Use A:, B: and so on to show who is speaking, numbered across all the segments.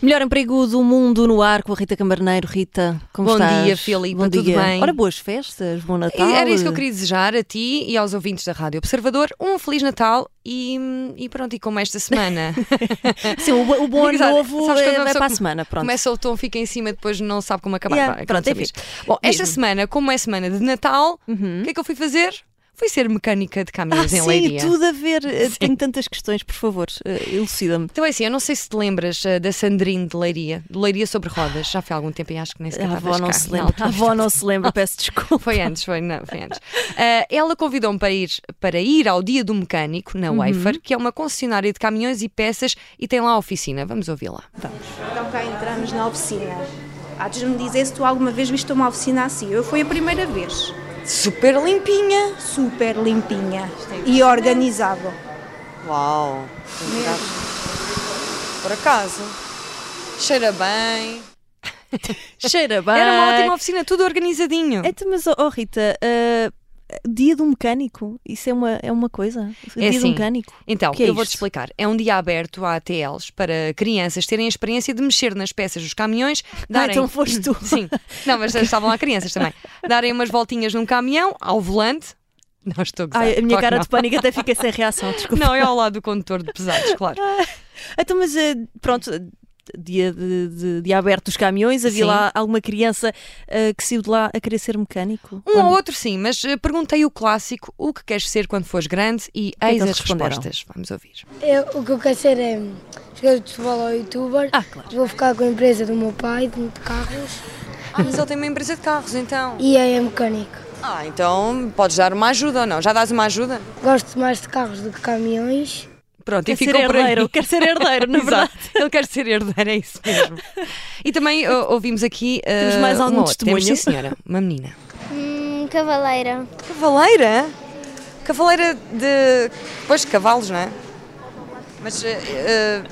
A: Melhor emprego do mundo no ar com a Rita Camarneiro. Rita, como
B: Bom
A: estás?
B: dia, Filipe,
A: Bom
B: tudo
A: dia.
B: bem?
A: Ora, boas festas, bom Natal.
B: E era isso que eu queria desejar a ti e aos ouvintes da Rádio Observador. Um Feliz Natal e, e pronto, e como esta semana.
A: Sim, o, o bom ano
B: Exato.
A: novo
B: Sabes quando
A: é, vai
B: uma pessoa
A: para a
B: come-
A: semana, pronto.
B: Começa o tom, fica em cima, depois não sabe como acabar.
A: Yeah,
B: Vai,
A: pronto,
B: acabamos
A: enfim.
B: com isto. Bom, esta
A: Diz-me. Uhum.
B: semana, como é semana de Natal, o que é que eu fui fazer? Fui ser mecânica de
A: Ah,
B: caminhões em
A: sim,
B: Leiria.
A: tudo a ver. Eh, Tenho tantas questões, por favor, eh, elucida-me.
B: Então é assim, eu não sei se te lembras eh, da Sandrine de Leiria, de Leiria sobre rodas, já foi há algum tempo e acho que nem sequer
A: A
B: estavas
A: avó não
B: cá
A: se
B: na
A: lembra.
B: altura.
A: A avó não se lembra, peço desculpa.
B: Foi antes, foi, não, foi antes. Ah, ela convidou-me para ir, para ir ao Dia do Mecânico, na Wafer, que é uma concessionária de caminhões e peças e tem lá a oficina. Vamos ouvi-la.
C: Então cá entramos na oficina. Há de me dizer se tu alguma vez viste uma oficina assim. Eu fui a primeira vez.
B: Super limpinha!
C: Super limpinha e organizada.
B: Uau! Por acaso, cheira bem.
A: Cheira bem.
B: Era uma ótima oficina, tudo organizadinho.
A: Então, mas, oh, oh, Rita, eh, dia do mecânico, isso é uma, é uma coisa? dia do
B: assim.
A: mecânico?
B: Então,
A: O que é
B: eu vou-te
A: isto?
B: explicar. É um dia aberto a ATLs para crianças terem a experiência de mexer nas peças dos caminhões, darem...
A: então foste tu.
B: Sim. Não, mas estavam lá crianças também. Darem umas voltinhas num caminhão, ao volante... Não estou a gozar.
A: Ai, a minha
B: claro que
A: cara
B: não.
A: de pânico até fica sem reação, desculpa.
B: Não, é ao lado do condutor de pesados, claro.
A: Então, mas eh, pronto, eh, dia de, de- dia aberto dos caminhões, havia
B: Sim.
A: lá alguma criança eh, que saiu de lá a querer ser mecânico?
B: Um ou outro sim, mas eh, perguntei o clássico, o que queres ser quando fores grande e
A: é que
B: eis
A: eles
B: as
A: responderam?
B: respostas. Vamos ouvir.
D: Eu, o que eu quero ser é jogador de futebol ou youtuber.
A: Ah, claro.
D: Vou ficar com a empresa do meu pai de de carros
B: Ah, mas ele tem uma empresa de carros, então.
D: e é mecânico.
B: Ah, então podes dar uma ajuda ou não? Já dás uma ajuda?
D: Gosto mais de carros do que caminhões.
B: Pronto,
A: Quer
B: e
A: ser
B: ficou por
A: herdeiro,
B: aí.
A: quer ser herdeiro, na
B: Exato.
A: verdade.
B: Ele quer ser herdeiro, é isso mesmo. E também ó, ouvimos aqui. eh,
A: Temos mais
B: uma
A: algum
B: outra. Temos,
A: testemunho?
B: sim, senhora, uma menina.
E: Hum, cavaleira.
B: Cavaleira? Cavaleira de. Pois, cavalos, não é? Mas. eh, eh,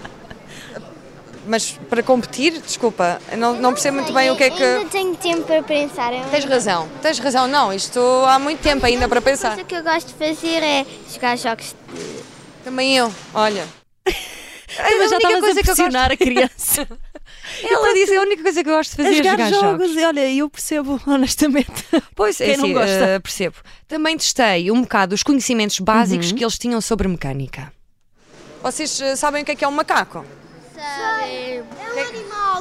B: mas para competir, desculpa, não, não percebo muito bem o que é que.
E: Ainda tenho tempo para pensar. É uma
B: Tens razão, tens razão, não, isto há muito tempo ainda para pensar.
E: coisa que eu gosto de fazer é jogar jogos.
B: Também eu, olha. É
A: Então, mas já
B: a única
A: estavas
B: coisa
A: a
B: que eu
A: pressionar a criança
B: Ela disse "É a única coisa que eu gosto de
A: a
B: fazer
A: jogar,
B: é jogar
A: jogos.
B: jogos.
A: E olha, eu percebo, honestamente.
B: Pois, é
A: Quem não
B: assim,
A: gosta?
B: eh, percebo. Também testei um bocado os conhecimentos básicos que eles tinham sobre mecânica. Uhum. Vocês eh, sabem o que é que é um macaco?
E: É um animal.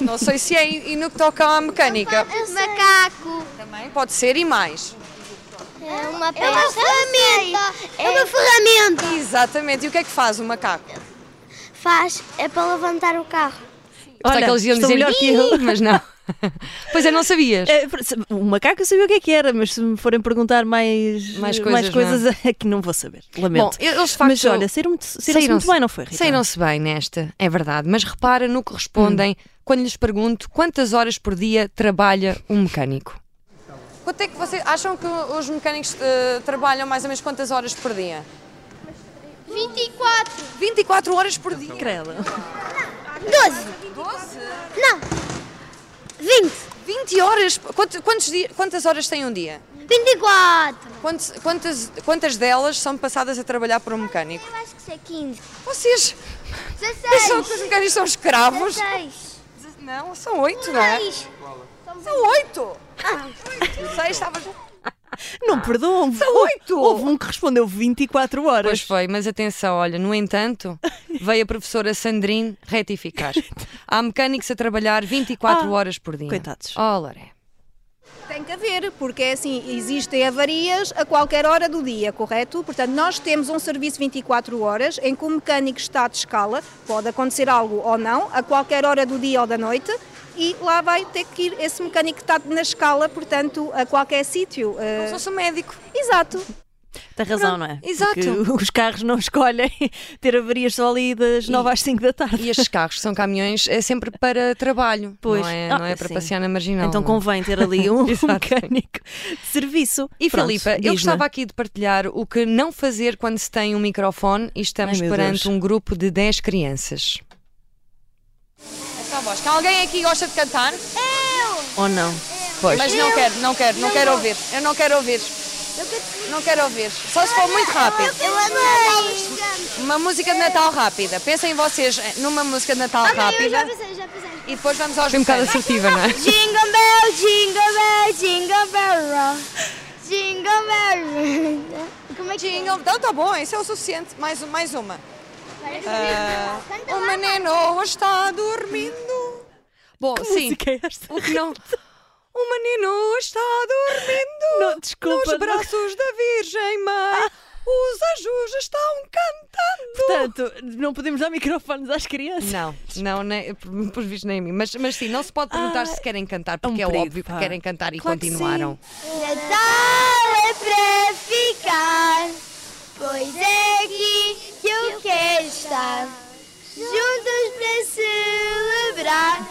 B: Não sei se é e e no que toca à mecânica.
E: Um macaco.
B: Também pode ser e mais.
E: É uma peça. É uma ferramenta. É uma ferramenta.
B: Exatamente. E o que é que faz o macaco?
E: Faz é para levantar o carro.
B: Será que eles iam
A: estou
B: dizer
A: melhor que eu.
B: "Ih", mas não. pois é, não sabias.
A: É, se- O macaco eu sabia o que é que era, mas se me forem perguntar mais,
B: Mais
A: mais
B: coisas,
A: coisas é que não vou saber.
B: Bom,
A: Lamento.
B: eles de facto
A: mas olha, saíram-te- saíram-se muito
B: saíram-se-
A: bem, não foi, Rita?
B: Saíram-se bem nesta, é verdade, mas repara no que respondem quando lhes pergunto quantas horas por dia trabalha um mecânico. Quanto é que vocês acham que os mecânicos eh, trabalham mais ou menos quantas horas por dia?
E: 24.
B: 24 horas por dia.
A: Credo.
B: 12?
E: 20.
B: 20 horas? Quantos, quantos di- quantas horas tem um dia?
E: 24.
B: Quantos- quantas, quantas delas são passadas a trabalhar por um mecânico?
E: Eu acho que isso é 15.
B: Vocês pensam que os
E: 16.
B: mecânicos são escravos?
E: 16.
B: Não, são 8, não é? São Ah, 8! 6 estavas.
A: Não perdoam. São
B: oito!
A: Houve um que respondeu 24 horas.
B: Pois foi, mas atenção, olha, no entanto, veio a professora Sandrine retificar. Há mecânicos a trabalhar 24
A: Ah,
B: horas por dia.
A: coitados.
B: Oh, Loré.
C: Tem que haver, porque é assim, existem avarias a qualquer hora do dia, correto? Portanto, nós temos um serviço 24 horas em que o mecânico está de escala, pode acontecer algo ou não, a qualquer hora do dia ou da noite, e lá vai ter que ir esse mecânico que está na escala, portanto, a qualquer sítio. eh,
B: Sou sou médico.
C: Exato.
A: Tem razão, não é?
B: exato.
A: Porque os carros não escolhem ter avarias só ali das 9 às 5 da tarde.
B: E estes carros que são caminhões é sempre para trabalho.
A: Pois.
B: Não é,
A: Ah,
B: não é para
A: sim.
B: passear na marginal.
A: então
B: não é?
A: convém ter ali um
B: Exato.
A: mecânico de serviço.
B: E
A: Pronto,
B: Filipa,
A: diz-me.
B: eu gostava aqui de partilhar o que não fazer quando se tem um microfone e estamos
A: Ai, meu
B: perante
A: Deus.
B: um grupo de 10 crianças. Então, alguém aqui gosta de cantar?
A: Ou não?
B: Mas não quero, não quero, não quero ouvir. Eu não quero ouvir. Não quero ouvir. Só se for muito rápido.
E: Eu adorei.
B: Uma música de Natal rápida. Pensem vocês numa música de Natal
E: Eu já
B: rápida
E: pensei, já pensei.
B: e depois vamos aos um bocado assertiva, não é?
E: Jingle bell, jingle bell, jingle bell rock. Jingle bell. Como é que
B: Jingle. Então tá bom, isso é o suficiente. Mais, um- mais uma. Ah,
E: Canta
B: o
E: lá,
B: menino está dormindo. Bom,
A: Que
B: sim.
A: música é esta?
B: O que não. O menino está dormindo
A: Não, desculpa,
B: nos
A: não. Ah.
B: braços da Virgem Mãe. Os anjos estão cantando.
A: Portanto, não podemos dar microfones às crianças.
B: Não, não, nem, por, por visto nem a mim. Mas, mas sim, não se pode perguntar
A: Ah,
B: se querem cantar,
A: é um
B: porque é
A: perigo,
B: óbvio
A: pá.
B: que querem cantar e
A: Claro que
B: continuaram.
E: Natal é para ficar, pois é aqui que eu quero estar. Juntos para celebrar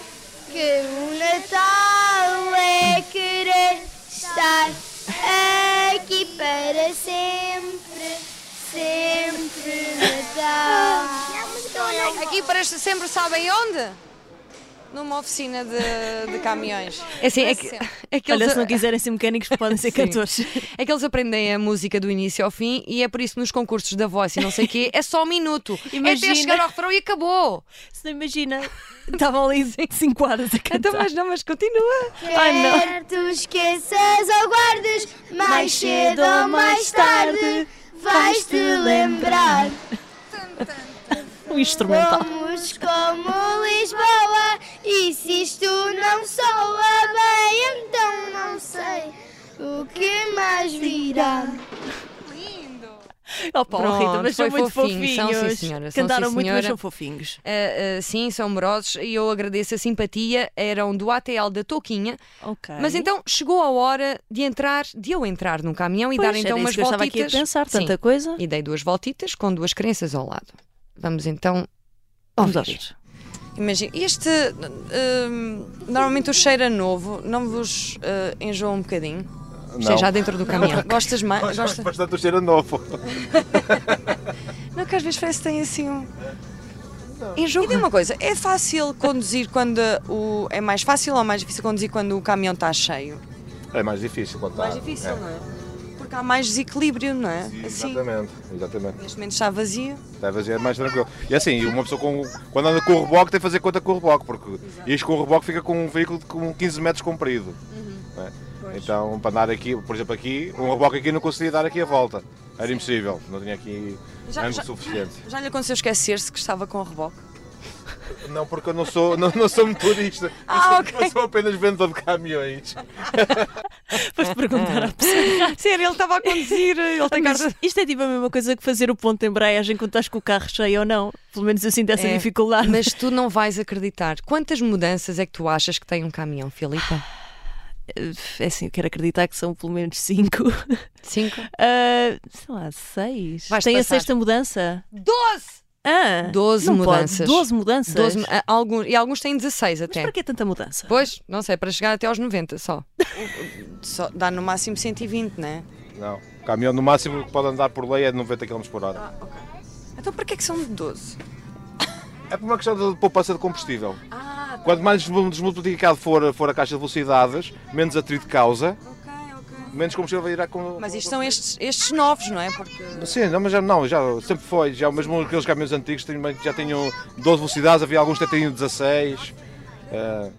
E: que o Natal é querer estar aqui para sempre, sempre Natal.
B: Aqui para este- sempre sabem onde? Numa oficina de, de caminhões. É assim, é que, é que
A: Olha,
B: eles-
A: se não quiserem ser mecânicos, podem ser
B: Sim.
A: cantores.
B: É que eles aprendem a música do início ao fim e é por isso que nos concursos da voz e não sei o quê é só um minuto. É
A: Imagina.
B: até chegar ao refrão e acabou.
A: Se não imagina, estavam ali 5 horas a
B: Então,
A: cantar.
B: mas não, mas continua.
E: Ah,
A: Ai, não.
E: Quer tu esqueças ou guardes, mais cedo ou mais tarde vais te lembrar.
A: Um instrumental.
E: Somos como Lisboa e se isto não soa bem, então não sei o que mais virá.
A: Oh, Paulo, Rita, mas
B: Pronto, foi
A: são muito
B: fofinho, são, sim,
A: fofinhos.
B: senhora, são,
A: Cantaram
B: sim,
A: muito, mas
B: senhora.
A: são fofinhos.
B: Ah, ah, sim, são amorosos e eu agradeço a simpatia. Eram do ATL da Touquinha.
A: Ok.
B: Mas então chegou a hora de entrar, de eu entrar num caminhão e
A: Pois,
B: dar então
A: era isso
B: umas
A: que eu estava
B: voltitas.
A: aqui a pensar,
B: Sim,
A: tanta coisa.
B: E dei duas voltitas com duas crenças ao lado. Vamos então.
A: Vamos
B: ouvir.
A: ouvir.
B: Imagina, este hum, normalmente o cheiro é novo, não vos eh, enjoa um bocadinho? Isto é já dentro do caminhão. Gostas mais? Gosta?
F: Bastante o cheiro novo.
B: Não, que às vezes parece que tem assim um. Enjoa. E diga uma coisa, é fácil conduzir quando o. É mais fácil ou mais difícil conduzir quando o caminhão está cheio?
F: É mais difícil contar.
B: Mais difícil, não é? Porque há mais desequilíbrio, não é? Assim.
F: Exatamente, exatamente.
B: Neste momento está vazio.
F: Talvez é mais tranquilo. E assim, uma pessoa com, quando anda com o reboque tem que fazer conta com o reboque, porque este com o reboque fica com um veículo de com 15 metros comprido.
B: Uhum.
F: não é? Então, para andar aqui, por exemplo, aqui, um reboque aqui não conseguia dar aqui a volta. Era impossível, não tinha aqui
B: Já-
F: ângulo
B: já-
F: suficiente.
B: Já lhe aconteceu esquecer-se que estava com o reboque?
F: Não, porque eu não sou, não, não sou motorista, Eu
B: Ah,
F: sou-
B: ok.
F: eu sou apenas vendedor de caminhões.
A: Depois de perguntar à pessoa.
B: Sério, ele estava a conduzir, eh, ele tem
A: Mas
B: carta.
A: Isto é tipo a mesma coisa que fazer o ponto de embreagem quando estás com o carro cheio ou não. Pelo menos eu sinto essa
B: É,
A: dificuldade.
B: Mas tu não vais acreditar. Quantas mudanças é que tu achas que tem um caminhão, Filipa? eh,
A: É assim, eu quero acreditar que são pelo menos 5.
B: Cinco?
A: Ah, sei lá, 6.
B: Vais
A: Tem
B: passar.
A: a sexta mudança?
B: Doze!
A: Ah,
B: Doze
A: não pode.
B: mudanças.
A: Doze mudanças.
B: Doze, ah, alguns, e alguns têm 16
A: Mas
B: até.
A: para que é tanta mudança?
B: Pois, não sei, para chegar até aos 90 só. só dá no máximo 120, não é?
F: Não, o caminhão no máximo que pode andar por lei é de 90 km por hora.
B: Então porquê que são 12?
F: É por uma questão de poupança de combustível.
B: Ah,
F: Quanto mais desmultiplicado for, for a caixa de velocidades, menos atrito causa,
B: ok, ok.
F: menos combustível irá com.
B: Mas isto são estes, estes novos, não é? Porque.
F: Sim, não, mas já, não, já sempre foi. Já é mesmo aqueles caminhões antigos tinham- já tinham 12 velocidades, havia alguns que até tinham 16. eh,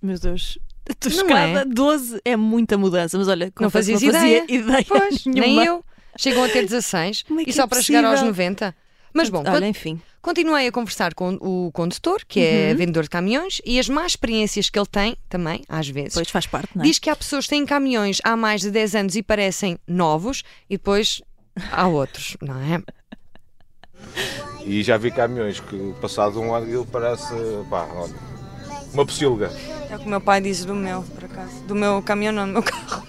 A: Meu Deus. Estou
B: Não
A: chocada.
B: é?
A: 12 é muita mudança, mas olha, confesso que
B: fazias
A: não fazia
B: ideia.
A: ideia,
B: Pois,
A: nenhuma.
B: nem eu. Chegam a ter 16
A: Como é que
B: e
A: é
B: só para chegar aos
A: possível?
B: 90. Mas bom,
A: Olha, enfim.
B: Continuei a conversar com o condutor, que é vendedor de caminhões, e as más experiências que ele tem, também, às vezes.
A: Pois faz parte, não é?
B: Diz que há pessoas que têm caminhões há mais de 10 anos e parecem novos, e depois há outros, não é?
F: e já vi caminhões que, passado um ano, ele parece. pá, olha, uma pocilga.
B: É o que o meu pai diz do meu, por acaso. Do meu caminhão, não, do meu carro.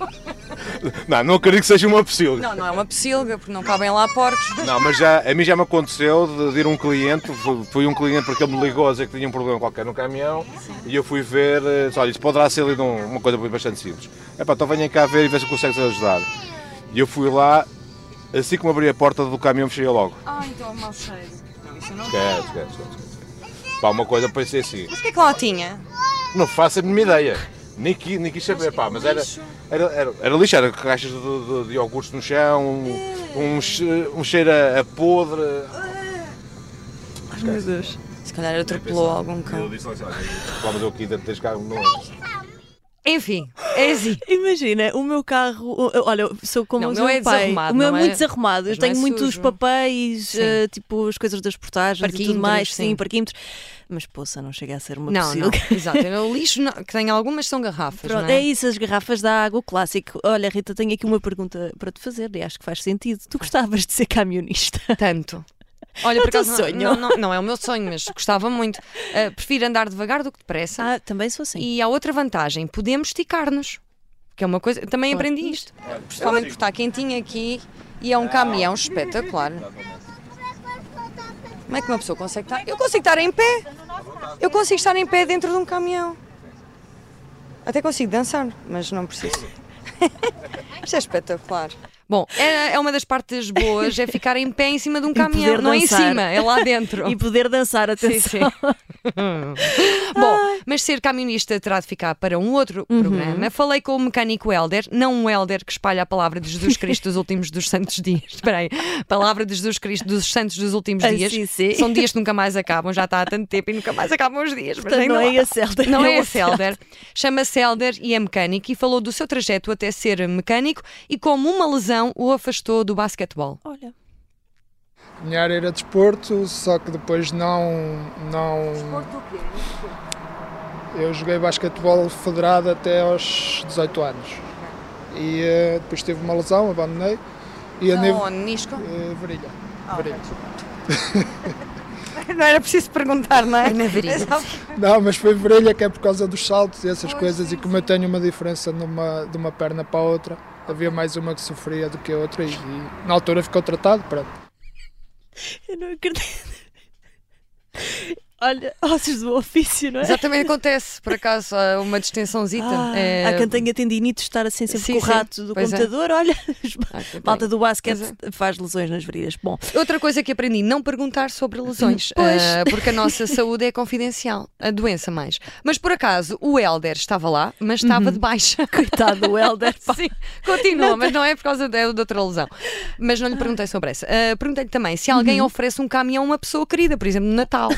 F: Não, não acredito que seja uma pocilga.
B: Não, não é uma pocilga, porque não cabem lá porcos.
F: Não, mas já, a mim já me aconteceu de, de ir um cliente, foi, foi um cliente porque ele me ligou a dizer que tinha um problema qualquer no caminhão e eu fui ver, eh, disse, olha, isto poderá ser ali de um- uma coisa bastante simples. Epá, então venha cá ver e ver se consegues ajudar. E eu fui lá, assim como abri a porta do caminhão, fechei logo.
B: Ah, então é mau cheiro. Não, isso não.
F: Esquece, esquece, esquece. Pá, uma coisa pensei assim,
B: Mas o que é que lá tinha?
F: não faço a mínima ideia. Nem, qui, nem quis saber, pá, mas era, era, era, era lixo, era caixas de, de, de iogurtes no chão, um, um, che- um cheiro a, a podre.
A: Ai, meu Deus.
B: Se calhar atropelou algum
F: Eu
B: cão.
F: disse, assim, olha, vamos eu aqui dentro deste carro, não.
B: Enfim, é assim.
A: Imagina, o meu carro, o- olha, sou como
B: Não,
A: o
B: o
A: meu
B: meu é
A: pai.
B: desarrumado,
A: o meu
B: não
A: é muito
B: é-
A: desarrumado. Eu
B: mas não
A: tenho
B: é
A: muitos
B: sujo.
A: papéis,
B: Sim.
A: eh, tipo as coisas das portagens e tudo
B: Parquímetros,
A: mais, sim,
B: sim.
A: parquímetros. Mas poça, não chega a ser uma
B: Não,
A: pocilga.
B: não, exato. era O lixo não- que tem algumas são garrafas,
A: Pronto,
B: não
A: é?
B: é?
A: isso, as garrafas de água, o clássico. Olha, Rita, tenho aqui uma pergunta para te fazer e acho que faz sentido. Tu gostavas de ser camionista?
B: Tanto. Olha, por
A: É teu
B: acaso, não-
A: sonho.
B: Não, não, não é o meu sonho, mas gostava muito. Ah, prefiro andar devagar do que depressa.
A: Ah, também sou assim.
B: E há outra vantagem, podemos esticar-nos. Que é uma coisa. Também aprendi isto.
A: É,
B: Principalmente por estar quentinho aqui e é um caminhão espetacular. Como é que uma pessoa consegue estar? Eu consigo estar em pé. Eu consigo estar em pé dentro de um caminhão. Até consigo dançar, mas não preciso. Isto é espetacular. Bom, é, é uma das partes boas, é ficar em pé em cima de um caminhão.
A: poder
B: Não é em
A: dançar.
B: cima, é lá dentro.
A: E, poder dançar, atenção.
B: Bom, mas ser camionista terá de ficar para um outro programa. Falei com o mecânico Helder, não um Helder que espalha a palavra de Jesus Cristo dos últimos dos santos dias. Espera aí, palavra de Jesus Cristo dos santos dos últimos
A: Ah,
B: dias.
A: sim, sim.
B: São dias que nunca mais acabam, já está há tanto tempo e nunca mais acabam os dias. Mas
A: Portanto,
B: ainda
A: não é
B: lá.
A: esse Helder, é
B: Não é
A: outro
B: esse Helder. Chama-se Helder e é mecânico e falou do seu trajeto até ser mecânico e como uma lesão o afastou do basquetebol.
A: Olha,
G: Caminhar era desporto, só que depois não. não... Desporto o quê? Eu joguei basquetebol federado até aos 18 anos. E eh, depois tive uma lesão, abandonei. E andei.
B: Não, Oh, Nisco.
G: eh, Varilha. Varilha.
B: Não era preciso perguntar, não é? Na virilha.
G: Não, mas foi Varilha que é por causa dos saltos e essas coisas. E como eu tenho uma diferença numa, de uma perna para a outra, havia mais uma que sofria do que a outra. E, e na altura ficou tratado, pronto.
A: eu não acredito. Olha, ossos do ofício, não é?
B: Exatamente, acontece, por acaso, há uma distensãozita.
A: Ah,
B: É,
A: Há quem tenha tendinite de estar assim sempre
B: Sim,
A: com o
B: sim.
A: rato do
B: Pois é.
A: computador, olha,
B: há quem
A: malta
B: tenha.
A: do basquete
B: Pois é.
A: faz lesões nas virilhas. Bom,
B: Outra coisa que aprendi, não perguntar sobre lesões,
A: Pois.
B: ah, porque a nossa saúde é confidencial, a doença mais. Mas por acaso, o Helder estava lá, mas estava de baixa.
A: coitado do Helder, pá.
B: Uhum. Sim, continua, mas não é por causa da, da outra lesão. Mas não lhe perguntei sobre essa. Ah, Perguntei-lhe também se alguém oferece um caminhão a uma pessoa querida, por exemplo, no Natal.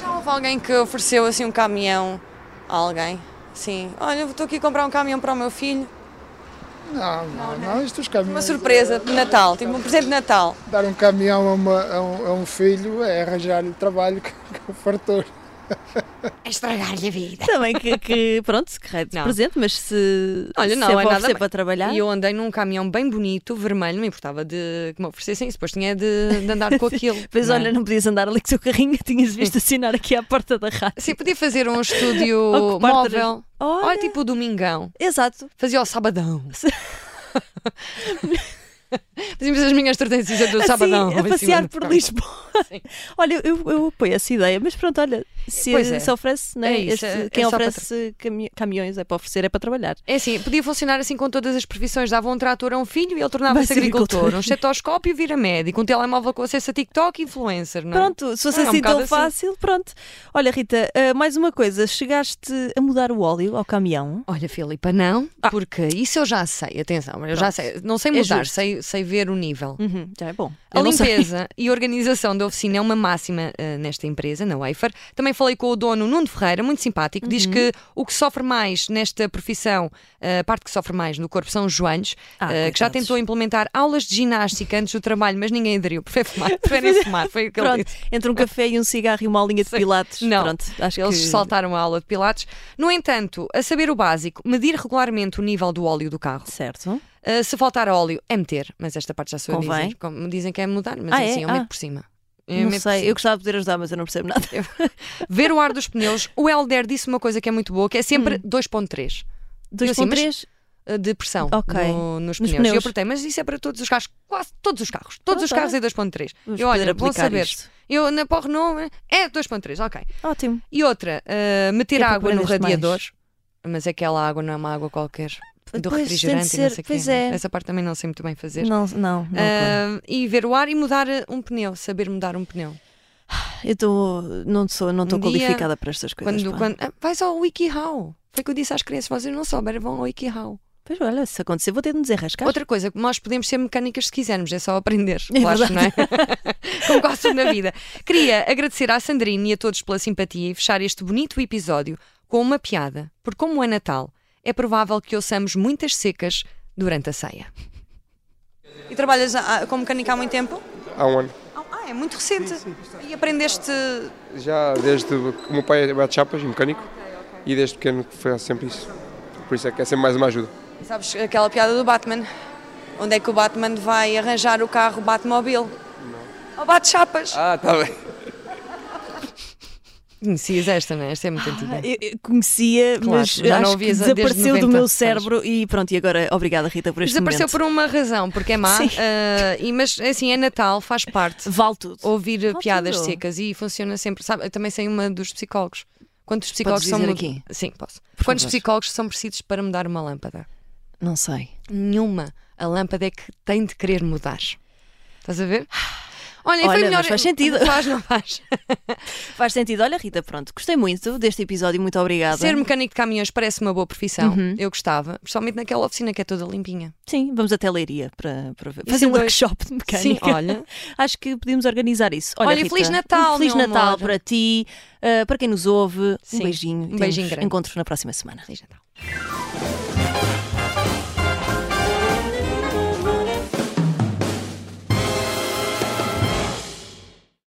B: Já houve alguém que ofereceu assim um caminhão a alguém? Sim, olha, estou aqui a comprar um caminhão para o meu filho.
G: Não, não, não. Isto é os caminhos.
B: Uma surpresa de Natal, tipo um presente de Natal.
G: Dar um caminhão a, uma- a um, a um filho é arranjar-lhe trabalho com fartura.
B: Estragar-lhe a vida.
A: Também que, que, pronto, que raio de
B: Não.
A: presente, mas se,
B: Olha, não,
A: se
B: é
A: para
B: nada
A: oferecer
B: bem.
A: para trabalhar,
B: E eu andei num caminhão bem bonito, vermelho, não me importava de que me oferecessem, isso, depois tinha de, de andar com aquilo.
A: pois
B: não é?
A: olha, não podias andar ali com o teu carrinho, tinhas visto assinar aqui à porta da rádio.
B: Sim, podia fazer um estúdio
A: Ocupar
B: móvel.
A: tra- Olha.
B: Olha, tipo o Domingão.
A: Exato.
B: Fazia ao sabadão. Fazíamos as minhas tortencias do sabadão. um Tá
A: assim, a
B: em cima
A: passear
B: do
A: por
B: carro.
A: Lisboa. Olha, eu, eu apoio essa ideia, mas pronto, olha, se,
B: Pois é.
A: se oferece, né,
B: É
A: este-
B: isso, é-
A: quem
B: é só para
A: oferece cami- caminhões é para oferecer, é para trabalhar.
B: É assim, podia funcionar assim com todas as profissões. Dava um trator a um filho e ele
A: Vai
B: tornava-se
A: ser
B: agricultor.
A: agricultor.
B: Um estetoscópio vira médico. Um telemóvel com acesso a TikTok influencer. Não? é?
A: Pronto, se fosse
B: Não, é um
A: assim tão
B: bocado assim.
A: fácil, pronto. Olha, Rita, ah, mais uma coisa, chegaste a mudar o óleo ao caminhão?
B: Olha, Filipa, não, porque isso eu já sei, atenção, eu já sei, não sei
A: Ah. É
B: mudar,
A: justo.
B: sei, sei ver o nível.
A: Uhum, já é bom.
B: A
A: Eu não sei.
B: limpeza e organização da oficina é uma máxima eh, nesta empresa, na Wafer. Também falei com o dono Nuno Ferreira, muito simpático, diz
A: Uhum.
B: que o que sofre mais nesta profissão, eh, a parte que sofre mais no corpo são os joelhos,
A: Ah,
B: eh, que já
A: coitados.
B: tentou implementar aulas de ginástica antes do trabalho, mas ninguém aderiu, preferem fumar, preferem fumar, foi o que ele
A: Pronto,
B: disse.
A: entre um café e um cigarro e uma aulinha de pilates.
B: Não,
A: Pronto, acho
B: eles
A: que...
B: saltaram a aula de pilates. No entanto, a saber o básico, medir regularmente o nível do óleo do carro.
A: Certo.
B: Uh, se faltar óleo, é meter, mas esta parte já sou eu a
A: Convém.
B: dizer. Como me dizem que é mudar, mas
A: Ah, é?
B: assim, eu
A: Ah.
B: meto por cima. Eu
A: não
B: meto por
A: sei,
B: cima.
A: eu gostava de poder ajudar, mas eu não percebo nada.
B: Ver o ar dos pneus, o Helder disse uma coisa que é muito boa, que é
A: Hum.
B: sempre 2.3 Eu sim, mas-
A: 2.3?
B: uh, de pressão
A: Ok.
B: no- nos,
A: Nos
B: pneus.
A: pneus.
B: E eu perguntei, mas isso é para todos os carros, quase todos os carros, todos
A: Ah,
B: os
A: tá.
B: carros é 2.3.
A: Vamos
B: Eu
A: poder
B: olha, bom
A: aplicar
B: saber.
A: isto.
B: Eu na para o Renault é 2.3, ok.
A: Ótimo.
B: E outra, uh, meter
A: Que é para
B: água no
A: aprenderes mais.
B: radiador, mas aquela água não é uma água qualquer. Do
A: Pois, tem de
B: refrigerante e não
A: ser-
B: sei o quê.
A: pois é.
B: Essa parte também não sei muito bem fazer. Eh,
A: Não, não, não.
B: Ah, e ver o ar e mudar uh, um pneu, saber mudar um pneu.
A: Eu tô, não estou não tô
B: Um dia,
A: qualificada para estas coisas.
B: Quando,
A: pá.
B: quando, ah, vai só ao WikiHow. Foi o que eu disse às crianças, vocês não souberam, vão ao WikiHow.
A: Pois olha, se acontecer, vou ter de me desenrascar.
B: Outra coisa, nós podemos ser mecânicas se quisermos, é só aprender.
A: É
B: claro, não é? Como quase tudo na vida. Queria agradecer à Sandrine e a todos pela simpatia e fechar este bonito episódio com uma piada, porque como é Natal, é provável que ouçamos muitas secas durante a ceia. E trabalhas ah, como mecânica há muito tempo?
H: Há um ano.
B: Ah, é muito recente. E aprendeste.
H: Já desde que o meu pai é bate chapas e mecânico e desde pequeno que faz sempre isso. Por isso é que é sempre mais uma ajuda.
B: Sabes aquela piada do Batman? Onde é que o Batman vai arranjar o carro Batmobile? Ao bate-chapas.
H: Ah, está bem.
B: Conhecias esta, não é? Esta é muito antiga.
A: Ah, Eu- eu conhecia,
B: Claro,
A: mas
B: já não
A: acho que
B: ouvias desde
A: desapareceu do
B: 90,
A: meu
B: pois.
A: cérebro e pronto, e agora obrigada Rita por este
B: Desapareceu
A: momento.
B: por uma razão, porque é má,
A: Sim.
B: ah, e, mas assim, é Natal, faz parte.
A: um- Vale tudo.
B: Ouvir
A: tudo.
B: piadas secas e funciona sempre. Sabe, eu também sei uma dos psicólogos. Quantos psicólogos
A: dizer
B: são.
A: aqui?
B: Sim, posso.
A: Por
B: Quantos
A: favor.
B: psicólogos são precisos para mudar uma lâmpada?
A: Não sei.
B: Nenhuma. A lâmpada é que tem de querer mudar. Estás a ver? Ah. Olha, e
A: Olha,
B: foi melhor.
A: mas faz sentido.
B: Faz, não faz.
A: Faz sentido. Olha, Rita, pronto, gostei muito deste episódio, muito obrigada.
B: Ser mecânico de caminhões parece uma boa profissão.
A: Uhum.
B: Eu gostava, principalmente naquela oficina que é toda limpinha.
A: Sim, vamos até Leiria para, para ver-
B: Isso
A: fazer um
B: dois.
A: workshop de mecânica.
B: Sim, olha.
A: Acho que podemos organizar isso. Olha,
B: Olha,
A: Rita,
B: Feliz Natal,
A: um Feliz
B: meu
A: Natal
B: amor.
A: para ti, eh, para quem nos ouve.
B: Sim,
A: Um beijinho.
B: um beijinho
A: Temos
B: grande.
A: Encontros na próxima semana.
B: Feliz Natal.